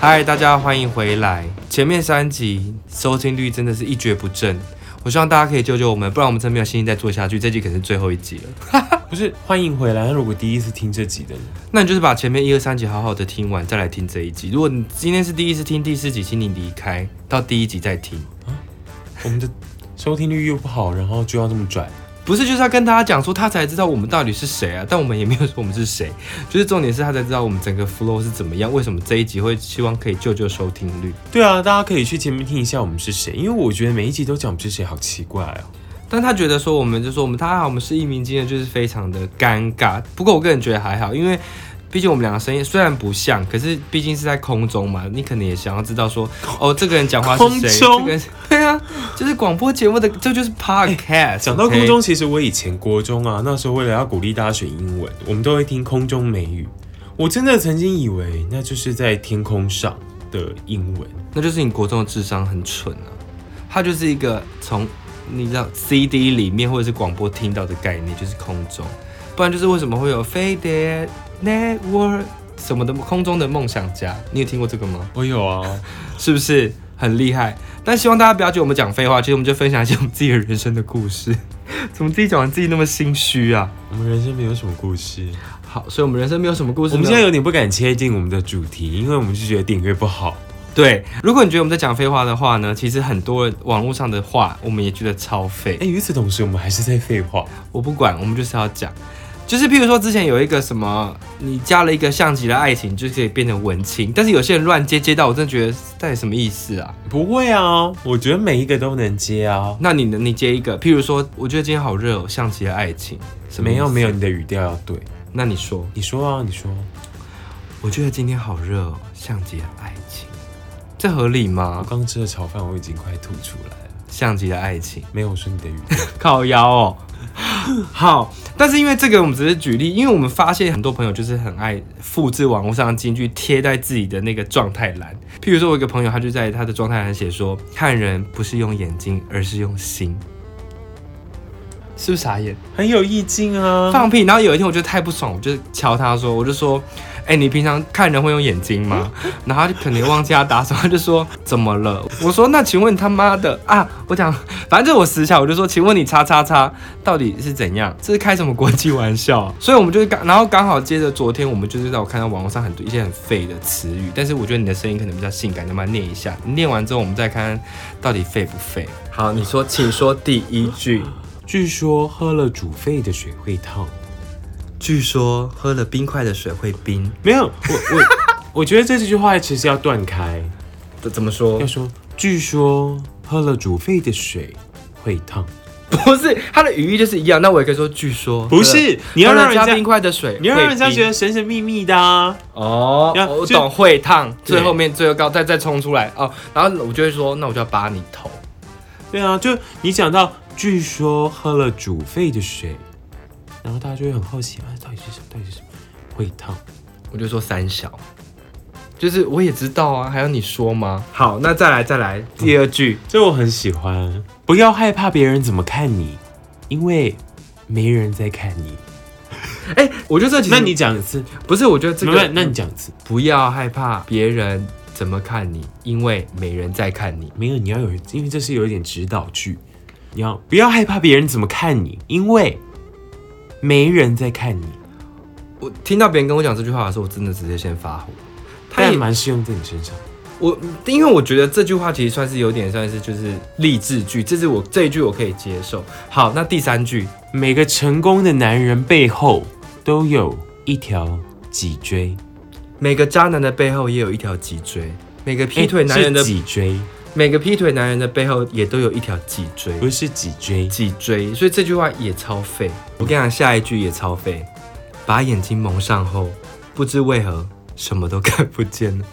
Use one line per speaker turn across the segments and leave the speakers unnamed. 嗨，大家欢迎回来。前面三集收听率真的是一蹶不振，我希望大家可以救救我们，不然我们真没有信心再做下去。这集可是最后一集了。
不是欢迎回来。那如果第一次听这集的你，
那你就是把前面一二三集好好的听完，再来听这一集。如果你今天是第一次听第四集，请你离开，到第一集再听。
我们的收听率又不好，然后就要这么拽，
不是就是要跟大家讲说，他才知道我们到底是谁啊？但我们也没有说我们是谁，就是重点是他才知道我们整个 flow 是怎么样。为什么这一集会希望可以救救收听率？
对啊，大家可以去前面听一下我们是谁，因为我觉得每一集都讲我们是谁，好奇怪哦。
但他觉得说，我们就说我们他好，我们是一鸣惊人，就是非常的尴尬。不过我个人觉得还好，因为毕竟我们两个声音虽然不像，可是毕竟是在空中嘛，你可能也想要知道 说，哦，这个人讲话是谁？
空中
这个人 对啊，就是广播节目的，这就是 podcast。
讲到
OK？
空中，其实我以前国中啊，那时候为了要鼓励大家学英文，我们都会听空中美语。我真的曾经以为那就是在天空上的英文，
那就是你国中的智商很蠢啊，它就是一个从你知道 CD 里面或者是广播听到的概念，就是空中，不然就是为什么会有飞碟 network 什么的空中的梦想家，你有听过这个吗？
我有啊，
是不是很厉害？但希望大家不要觉得我们讲废话，其实我们就分享一些我们自己的人生的故事。 怎么自己讲完自己那么心虚啊？
我们人生没有什么故事。
好，所以我们人生没有什么故事呢。
我们现在有点不敢切进我们的主题，因为我们就觉得点阅不好。
对，如果你觉得我们在讲废话的话呢，其实很多网络上的话，我们也觉得超废。
哎，与此同时，我们还是在废话。
我不管，我们就是要讲。就是譬如说，之前有一个什么，你加了一个象棋的爱情，就可以变成文青。但是有些人乱接接到，我真的觉得到底什么意思啊？
不会啊，我觉得每一个都能接啊。
那你呢？你接一个，譬如说，我觉得今天好热哦，象棋的爱情。什么意
没
思
有没有，你的语调要对。
那你说，
你说啊，你说，
我觉得今天好热哦，象棋的爱情，这合理
我
吗？
刚吃的炒饭，我已经快吐出来了。
象棋的爱情，
没有，我说你的语调。
靠腰哦。 好，但是因为这个，我们只是举例，因为我们发现很多朋友就是很爱复制网络上的金句贴在自己的那个状态栏。譬如说，我有一个朋友，他就在他的状态栏写说：“看人不是用眼睛，而是用心。”是不是傻眼？
很有意境啊。
放屁！然后有一天我就太不爽，我就敲他说，我就说，哎、你平常看人会用眼睛吗？ 然后他就可能忘记他打什么，他就说怎么了？我说那请问他妈的啊！我讲，反正我私下我就说，请问你叉叉叉到底是怎样？这是开什么国际玩笑 啊、所以我们就是刚，然后刚好接着昨天我们就是在我看到网络上很多一些很废的词语，但是我觉得你的声音可能比较性感，能不能念一下？念完之后我们再看到底废不废。好，你说，请说第一句。
据说喝了煮沸的水会烫。
据说喝了冰块的水会冰，
没有，我我 我觉得这句话其实要断开，
怎怎么说
要？说据说喝了煮沸的水会烫，
不是，它的语义就是一样。那我也可以说，据说
不是
喝了
你要让
喝了加
人家
冰块的水，
你要让人家觉
得
得神神秘秘的啊。
哦，
要
我
就
懂会烫，
对
最后面最后高再再冲出来哦。然后我就会说，那我就要拔你头。
对啊，就你讲到据说喝了煮沸的水，然后大家就会很好奇啊，到底是什么？到底是什么？会烫。
我就说三小，就是我也知道啊，还要你说吗？嗯好，那再来再来第二句，
这我很喜欢。不要害怕别人怎么看你，因为没人在看你。
哎、我觉得这其实
那你讲一次，
不是，我觉得这
没有，
个嗯
那你讲一次。
不要害怕别人怎么看你，因为没人在看你。
没有，你要有，因为这是有一点指导句。你要不要害怕别人怎么看你，因为没人在看你。
我听到别人跟我讲这句话的时候，我真的直接先发火。他
但
也
蛮适用在你身上。
我，因为我觉得这句话其实算是有点算是就是励志句，这是我这一句我可以接受。好，那第三句，
每个成功的男人背后都有一条脊椎，
每个渣男的背后也有一条脊椎，每个劈
诶
腿男人的、
哎是脊椎，
每个劈腿男人的背后也都有一条脊椎，
不是脊椎。
脊椎，所以这句话也超废。我跟你讲，下一句也超废，把眼睛蒙上后，不知为何什么都看不见了，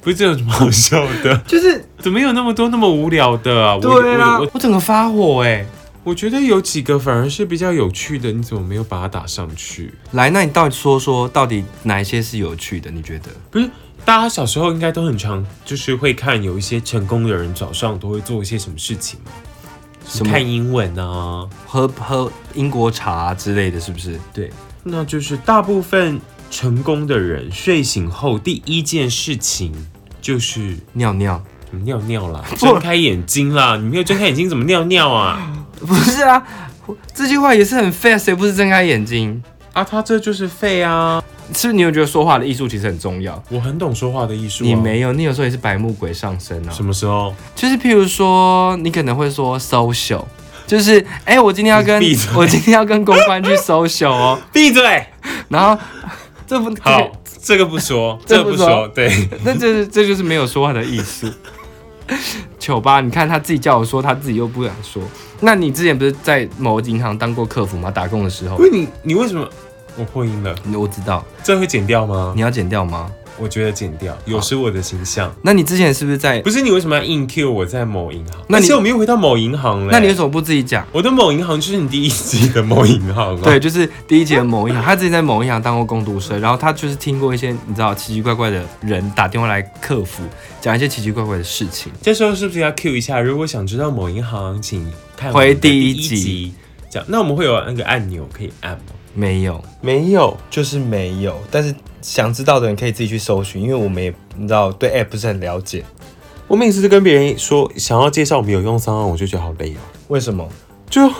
不是这有什么好笑的？
就是
怎么有那么多那么无聊的啊？我
对啦，
我
我
我
整个发火哎、
我觉得有几个反而是比较有趣的，你怎么没有把它打上去？
来，那你到底说说，到底哪一些是有趣的？你觉得？
不是，大家小时候应该都很常，就是会看有一些成功的人早上都会做一些什么事情嘛，
什么
看英文啊，
喝喝英国茶之类的，是不是？
对，那就是大部分成功的人睡醒后第一件事情就是
尿尿。
尿尿 啦，睁开眼睛啦！你没有睁开眼睛怎么尿尿啊？
不是啊，我这句话也是很 fair，谁不是睁开眼睛？
啊，他这就是废啊！
是不是你有觉得说话的艺术其实很重要？
我很懂说话的艺术、啊。
你没有，你有时候也是白目鬼上身啊。
什么时候？
就是譬如说，你可能会说 social，就是哎、我今天要跟
你闭嘴
我今天要跟公关去 social 哦，
闭嘴！
然后 这不
好，这个不 说，
这个
这个
不
不
说
说，对，
那这是这就是没有说话的艺术。 糗吧，你看他自己叫我说，他自己又不想说。那你之前不是在某银行当过客服吗？打工的时候
不，是你，你为什么我破音了？
我知道，
这会剪掉吗？
你要剪掉吗？
我觉得剪掉，有失我的形象。
那你之前是不是在？
不是你为什么要硬 Q 我在某银行？
那
那
你
你我没有回到某银行嘞？
那你为什么不自己讲？
我的某银行就是你第一集的某银行啊？
对，，就是第一节的某银行，他之前在某银行当过工读生，然后他就是听过一些你知道奇奇怪怪的人打电话来客服，讲一些奇奇怪怪的事情。
这时候是不是要 Q 一下？如果想知道某银行，请看
回
我们的
第一
第
集
集。这样，那我们会有那个按钮可以按吗？
没有，
没有，就是没有。但是想知道的人可以自己去搜寻，因为我们也你知道对 app 不是很了解。
我每次都跟别人说想要介绍我们有用商案，我就觉得好累哦。
为什么？
就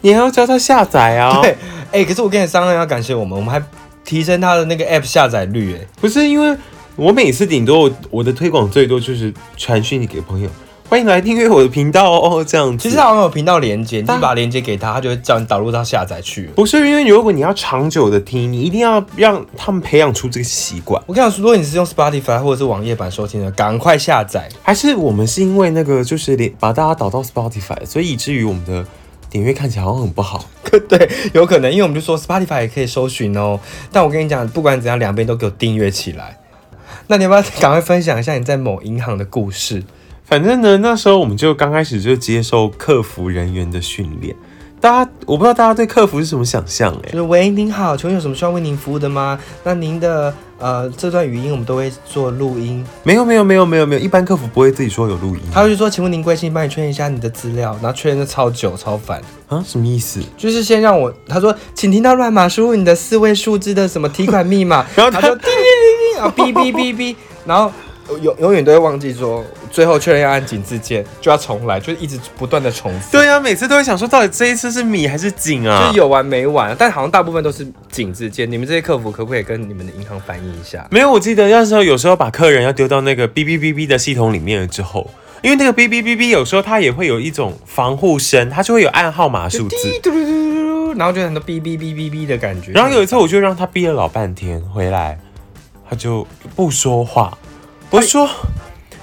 你还要教他下载 啊？
对，哎、可是我跟你商量要感谢我们，我们还提升他的那个 app 下载率、哎，
不是因为我每次顶多我我的推广最多就是传讯息给朋友，欢迎来订阅我的频道哦，这样子。
其实他啊好像有频道连接，你
但
把连接给他，他就会叫你导入到下载去。
不是因为如果你要长久的听，你一定要让他们培养出这个习惯。
我跟你讲，如果你是用 Spotify 或者是网页版收听的，赶快下载。
还是我们是因为那个就是连把大家导到 Spotify，所以以至于我们的点阅看起来好像很不好。
对，有可能，因为我们就说 Spotify 也可以搜寻哦。但我跟你讲，不管怎样，两边都给我订阅起来。那你要不要赶快分享一下你在某银行的故事？
反正呢，那时候我们就刚开始就接受客服人员的训练。大家，我不知道大家对客服是什么想象哎、
就是喂，您好，请问有什么需要为您服务的吗？那您的呃这段语音我们都会做录音，
没有没有没有没有没有，一般客服不会自己说有录音。
他会说，请问您贵姓？帮你确认一下你的资料，然后确认的超久超烦，
啊什么意思？
就是先让我他说，请听到乱码输入你的四位数字的什么提款密码，
然后
他
他
就叮 叮叮叮啊哔哔哔哔，然后。永永远都会忘记说，最后确认要按井字键，就要重来，就一直不断的重复，
对啊，每次都会想说，到底这一次是米还是井啊？
就是有完没完。但好像大部分都是井字键，你们这些客服可不可以跟你们的银行翻译一下？
没有，我记得那时候有时候把客人要丢到那个哔哔哔哔的系统里面了之后，因为那个哔哔哔哔有时候它也会有一种防护声，它就会有暗号码数字。
嘟嘟嘟嘟嘟，然后就很多哔哔哔哔哔的感觉。
然后有一次我就让他憋了老半天，回来他就不说话。我说，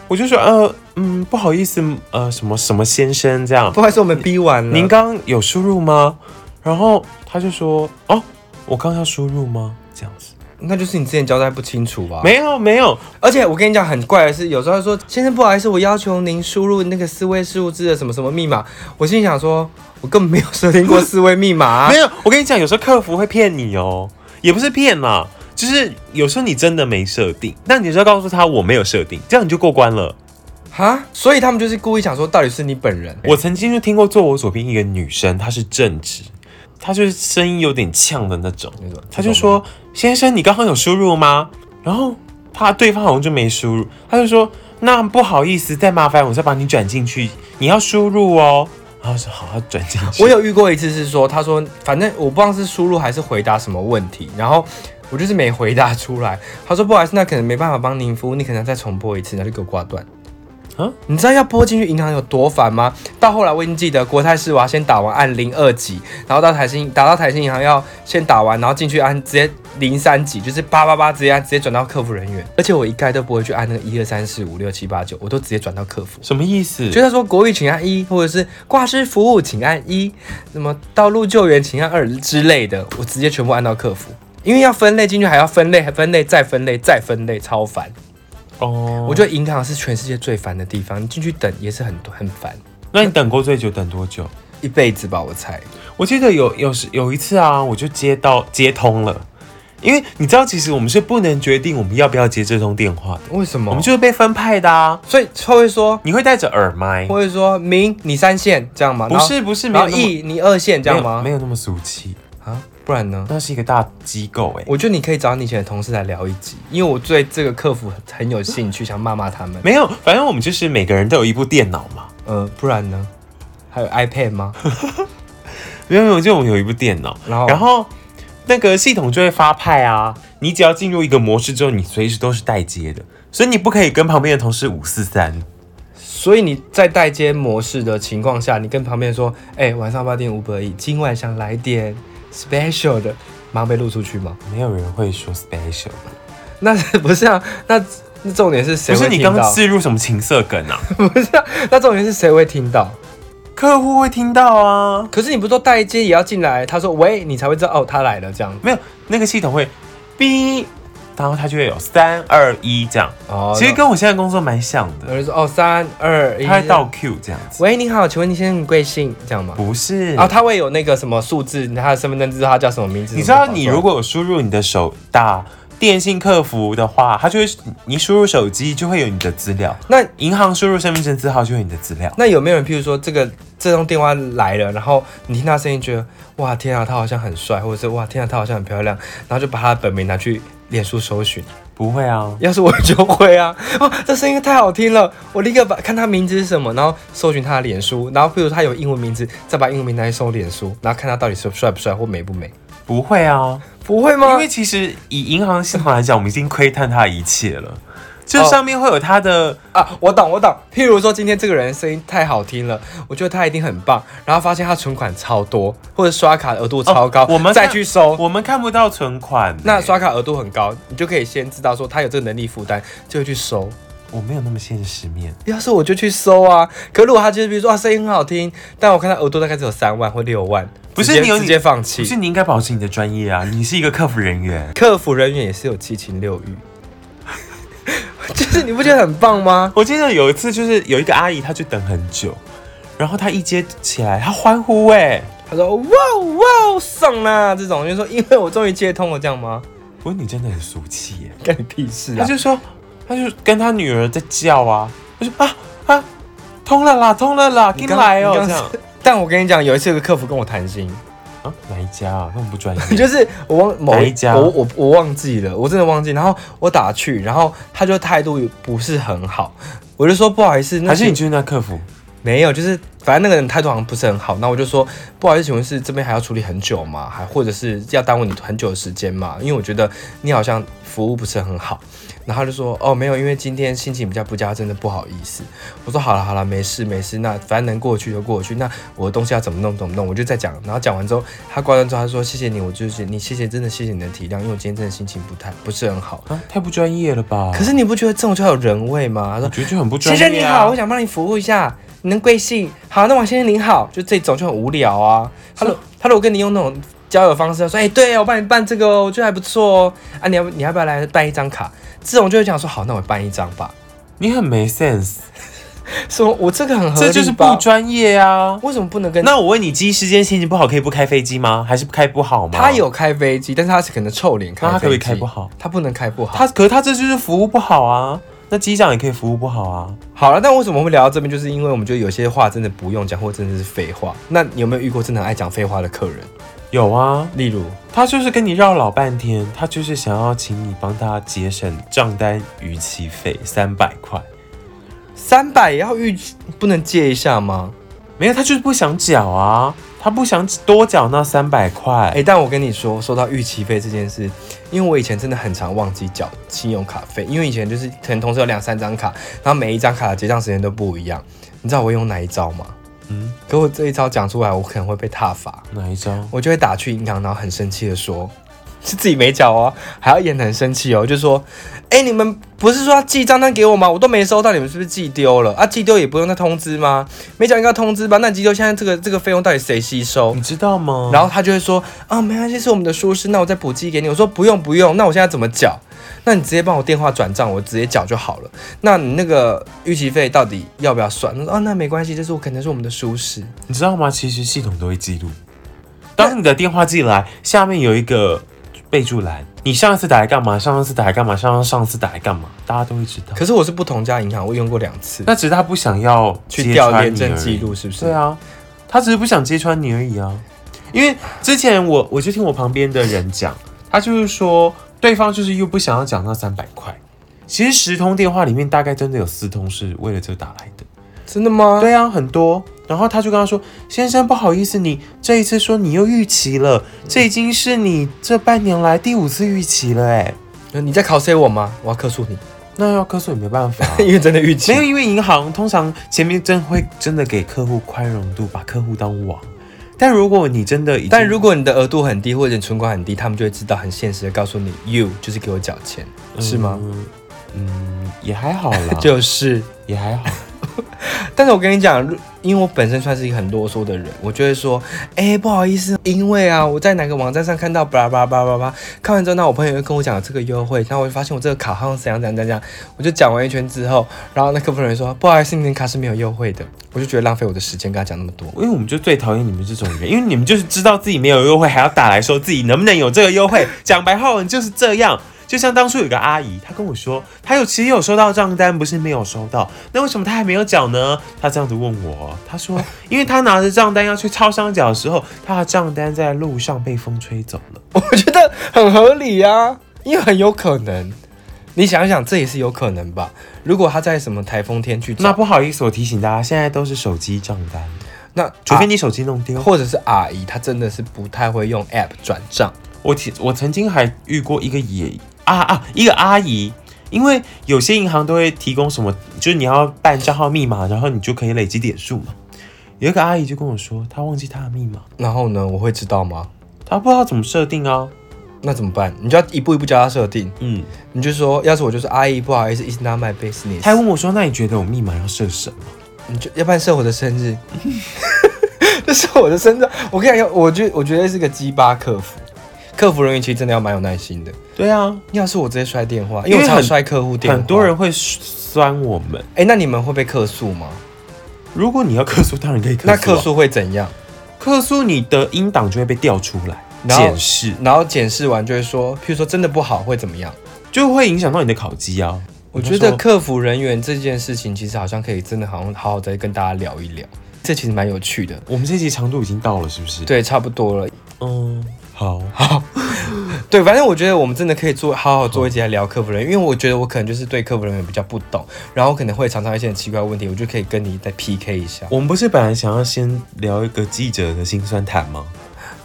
我就说，呃，嗯，不好意思，呃，什么什么先生这样
不，好意思，我们逼完了。
您刚刚有输入吗？然后他就说，哦，我刚要输入吗？这样子，
那就是你之前交代不清楚啊吧？
没，有没有，
而且我跟你讲很怪的是，有时候他说先生不好意思，我要求您输入那个四位数字的什么什么密码，我心里想说，我根本没有设定过四位密码、啊
没有，我跟你讲，有时候客服会骗你哦，也不是骗啦，就是有时候你真的没设定，那你就要告诉他我没有设定，这样你就过关了。
哈，所以他们就是故意想说，到底是你本人。
我曾经就听过坐我左边一个女生，她是正直，她就是声音有点呛的那种
那种，
她就说：“先生，你刚刚有输入吗？”然后她对方好像就没输入，她就说：“那不好意思，再麻烦我再把你转进去，你要输入哦。”然后我说：“好，要转进去。”
我有遇过一次是说，他说反正我不知道是输入还是回答什么问题，然后我就是没回答出来。他说不好意思，那可能没办法帮您服务，你可能要再重播一次，然后就给我挂断。
啊
你知道要拨进去银行有多烦吗？到后来我已经记得国泰世华先打完按零二级，然后到台新打到台新银行要先打完，然后进去按直接零三级，就是八八八直接按直接转到客服人员，而且我一概都不会去按那个一二三四五六七八九，我都直接转到客服。
什么意思？
就是说国语请按一，或者是挂失服务请按一，什么道路救援请按二之类的，我直接全部按到客服，因为要分类进去，还要分类，还分类再分类再分类，超烦。
哦，
我觉得银行是全世界最烦的地方，你进去等也是很很烦，
那你等过最久，等多久？
一辈子吧，我猜。
我记得有有时有一次啊，我就接到接通了，因为你知道，其实我们是不能决定我们要不要接这通电话的，
为什么？
我们就是被分派的啊。
所以他会说，
你会戴着耳麦？
会说明你三线这样吗？
不
然后
是不是，没
然
有
后
那么
一你二线这样吗
没有？没有那么俗气，
啊，不然呢？
那是一个大机构哎、
我觉得你可以找你以前的同事来聊一集，因为我对这个客服很有兴趣，想骂骂他们。
没有，反正我们就是每个人都有一部电脑嘛。
呃，不然呢？还有 iPad 吗？
没有没有，就我们有一部电脑，
然后
然后那个系统就会发派啊。你只要进入一个模式之后，你随时都是待接的，所以你不可以跟旁边的同事五四三。
所以你在代接模式的情况下，你跟旁边说：“哎、晚上八点五百亿，今晚想来点 special 的，马上被录出去吗？”
没有人会说 special，
那不是啊，那那重点是谁
不
会
是你
听
刚
到？
置入什么情色梗啊？
不是啊，那重点是谁会听到？
客户会听到啊。
可是你不是说代接也要进来？他说：“喂，你才会知道哦，他来了。”这样
没有，那个系统会哔，然后它就会有三二一这样。
哦，
其实跟我现在工作蛮像
有
的，
人说：“哦，三二一。”
它会倒 Q 这样子。
喂，你好，请问你先生你贵姓？这样吗？
不是
然后他会有那个什么数字，他的身份证知道他叫什么名字。
啊你知道，
什么
你如果有输入你的手打电信客服的话，它就会你输入手机就会有你的资料，
那
银行输入身份证字号就会有你的资料。
那有没有人，譬如说这个这通电话来了，然后你听他声音觉得哇天啊，他好像很帅，或者是哇天啊，他好像很漂亮，然后就把他的本名拿去脸书搜寻。
不会啊，
要是我就会啊，哦，这声音太好听了，我立刻把看他名字是什么，然后搜寻他的脸书，然后譬如他有英文名字，再把英文名拿去搜脸书，然后看他到底是帅不帅或美不美。
不会啊，
不会吗？
因为其实以银行系统来讲，我们已经窥探它的一切了。就上面会有它的，
啊，我懂我懂。譬如说，今天这个人声音太好听了，我觉得他一定很棒。然后发现他存款超多，或者刷卡额度超高，
哦我们
再
看
去搜。
我们看不到存款。
那刷卡额度很高，你就可以先知道说他有这个能力负担，就会去搜。
我没有那么现实面，
要是我就去搜啊。可如果他就是比如说啊声音很好听，但我看他额度大概只有三万或六万，
不是
直接
你有你
直接放
不是
弃。
你应该保持你的专业啊，你是一个客服人员。
客服人员也是有七情六欲， 就是你不觉得很棒吗？
我记得有一次就是有一个阿姨，她就等很久，然后她一接起来，她欢呼哎、
他说哇哇送啦这种，就说因为我终于接通了这样吗？
不过你真的很俗气耶。
干你屁事
他
啊！
就说，他就跟他女儿在叫啊，他说啊啊，通了啦，通了啦，
你
进
刚
来哦、
你刚
这样。
但我跟你讲，有一次有个客服跟我谈心，
啊，哪一家啊？那么不专业。
就是 我忘某
哪一家
我我我忘记了，我真的忘记。然后我打去，然后他就态度不是很好，我就说不好意思，那
还是你
请
去那客服？
没有，就是反正那个人态度好像不是很好。那我就说不好意思，请问是这边还要处理很久吗？还或者是要耽误你很久的时间吗？因为我觉得你好像服务不是很好。然后他就说哦没有，因为今天心情比较不佳，真的不好意思。我说好了好了，没事没事，那反正能过去就过去。那我的东西要怎么弄怎么弄，我就再讲。然后讲完之后，他挂断之后，他说谢谢你，我就是你谢谢真的谢谢你的体谅，因为我今天真的心情不太不是很好。
啊，太不专业了吧？
可是你不觉得这种就有人味吗？他说
我觉得就很不专
先
业、啊。
生你好，我想帮你服务一下，你能贵姓？好，那王先生您好，就这种就很无聊啊。他如他如果跟你用那种交友方式，说哎、对我帮你办这个哦，我觉得还不错哦，啊你要你要不要来办一张卡？这种就会讲说好，那我办一张吧。
你很没 sense，
说我这个很合理吧
这就是不专业啊。
为什么不能跟？
那我问你，机师今天心情不好，可以不开飞机吗？还是不开不好吗？
他，有开飞机，但是他是可能臭脸开飞机，
那他可不可以开不好？
他不能开不好。
他可是他这就是服务不好啊。那机长也可以服务不好啊。
好了，那为什么会聊到这边？就是因为我们觉得有些话真的不用讲，或真的是废话。那你有没有遇过真的很爱讲废话的客人？
有啊，
例如，
他就是跟你绕老半天，他就是想要请你帮他节省账单逾期费三百块，
三百也要预，不能借一下吗？
没有，他就是不想缴啊，他不想多缴那三百
哎、
块。
但我跟你说，说到逾期费这件事，因为我以前真的很常忘记缴信用卡费，因为以前就是可能同时有两三张卡，然后每一张卡的结账时间都不一样。你知道我用哪一招吗？
嗯，
可我这一招讲出来，我可能会被踏罚，
哪一张？
我就会打去银行，然后很生气的说，是自己没缴哦，还要演得很生气哦，就说，哎、你们不是说要寄账单给我吗？我都没收到，你们是不是寄丢了？啊，寄丢也不用再通知吗？没缴应该通知吧？那寄丢现在这个这个费用到底谁吸收？
你知道吗？
然后他就会说啊，没关系，是我们的疏失，那我再补寄给你。我说不用不用，那我现在怎么缴？那你直接帮我电话转账，我直接缴就好了。那你那个逾期费到底要不要算？他说啊，那没关系，这是我可能是我们的疏失。
你知道吗？其实系统都会记录，当你的电话寄来，下面有一个备注栏，你上一次打来干嘛？上一次打来干嘛？上上次打来干嘛？大家都会知道。
可是我是不同家银行，我用过两次，
那只是他不想要
去调
揭穿
廉
你
政
而已
记录，是不是？
对。啊，他只是不想揭穿你而已啊。因为之前我我就听我旁边的人讲，他就是说对方就是又不想要讲那三百块。其实十通电话里面大概真的有四通是为了这打来的。
真的吗？
对啊，很多。然后他就跟他说：“先生，不好意思，你这一次说你又逾期了，这已经是你这半年来第五次逾期了。”哎，
对，你在考 C 我吗？我要克诉你，
那要告诉你没办法啊、
因为真的预期
没有，因为银行通常前面真会真的给客户宽容度，把客户当王。但如果你真的已经，
但如果你的额度很低，或者你存款很低，他们就会知道很现实的告诉你，you 就是给我缴钱，是吗？
嗯？嗯，也还好啦，
就是。
也还好。
但是我跟你讲，如因为我本身算是一个很啰嗦的人，我就会说，哎、不好意思，因为啊，我在哪个网站上看到巴拉巴拉巴拉巴拉，看完之后，那我朋友又跟我讲有这个优惠，然后我就发现我这个卡好像怎样怎样怎样，我就讲完一圈之后，然后那客服人员说，不好意思，你的卡是没有优惠的，我就觉得浪费我的时间跟他讲那么多。
因为我们就最讨厌你们这种人，因为你们就是知道自己没有优惠，还要打来说自己能不能有这个优惠。讲白话文就是这样。就像当初有个阿姨，她跟我说，她有其实有收到账单，不是没有收到，那为什么她还没有缴呢？她这样子问我，她说，因为她拿着账单要去超商缴的时候，她的账单在路上被风吹走了。
我觉得很合理呀、因为很有可能。你想想，这也是有可能吧？如果他在什么台风天去
那
找，
不好意思，我提醒大家，现在都是手机账单，
那那
除非
你、
你手机弄丢。
或者是阿姨，她真的是不太会用 App 转账。
我提我曾经还遇过一个也啊啊一个阿姨，因为有些银行都会提供什么，就是你要办账号密码，然后你就可以累积点数嘛。有一个阿姨就跟我说，她忘记她的密码，
然后呢，我会知道吗？
她不知道怎么设定啊。
那怎么办？你就要一步一步教她设定。
嗯，
你就说，要是我就是阿姨，不好意思，is not my
她还
business。
问我说，那你觉得我密码要设什么？
你就要不然设我的生日， 这是我的生日。我跟你讲，我觉我觉得是个鸡巴客服，客服人员其实真的要蛮有耐心的。
对啊，
要是我直接摔电话，因
因
为
为
我常
很
摔客户电话，
很多人会酸我们。
哎、那你们会被客诉吗？
如果你要客诉，当然可以客诉、啊
那客，诉会怎样？
客诉你的音档就会被调出来
然后
检视，
然后检视完就会说，譬如说真的不好会怎么样？
就会影响到你的考绩啊。
我觉得
你就说
客服人员这件事情，其实好像可以真的好像好好再跟大家聊一聊，这其实蛮有趣的。
我们这集长度已经到了，是不是？，
对，差不多了。
嗯，好。
对，反正我觉得我们真的可以做好好做一集来聊客服人员，因为我觉得我可能就是对客服人员比较不懂，然后可能会常常一些很奇怪的问题，我就可以跟你再 PK 一下。
我们不是本来想要先聊一个记者的辛酸谈吗？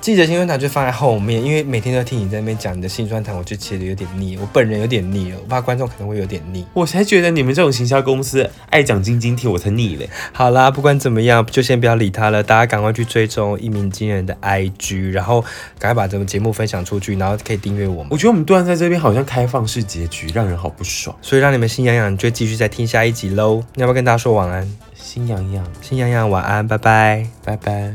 记者新闻台就放在后面，因为每天都听你在那边讲你的性酸谈，我就其实有点腻，我本人有点腻了，我怕观众可能会有点腻。
我才觉得你们这种行销公司爱讲晶晶体，我才腻嘞。
好啦，不管怎么样，就先不要理他了。大家赶快去追踪一鸣惊人的 IG，然后赶快把这个节目分享出去，然后可以订阅我们
我。觉得我们突然在这边好像开放式结局，让人好不爽。
所以让你们心痒痒，就继续再听下一集喽。你要不要跟大家说晚安？
心痒痒，
心痒痒，晚安，拜拜。
拜拜。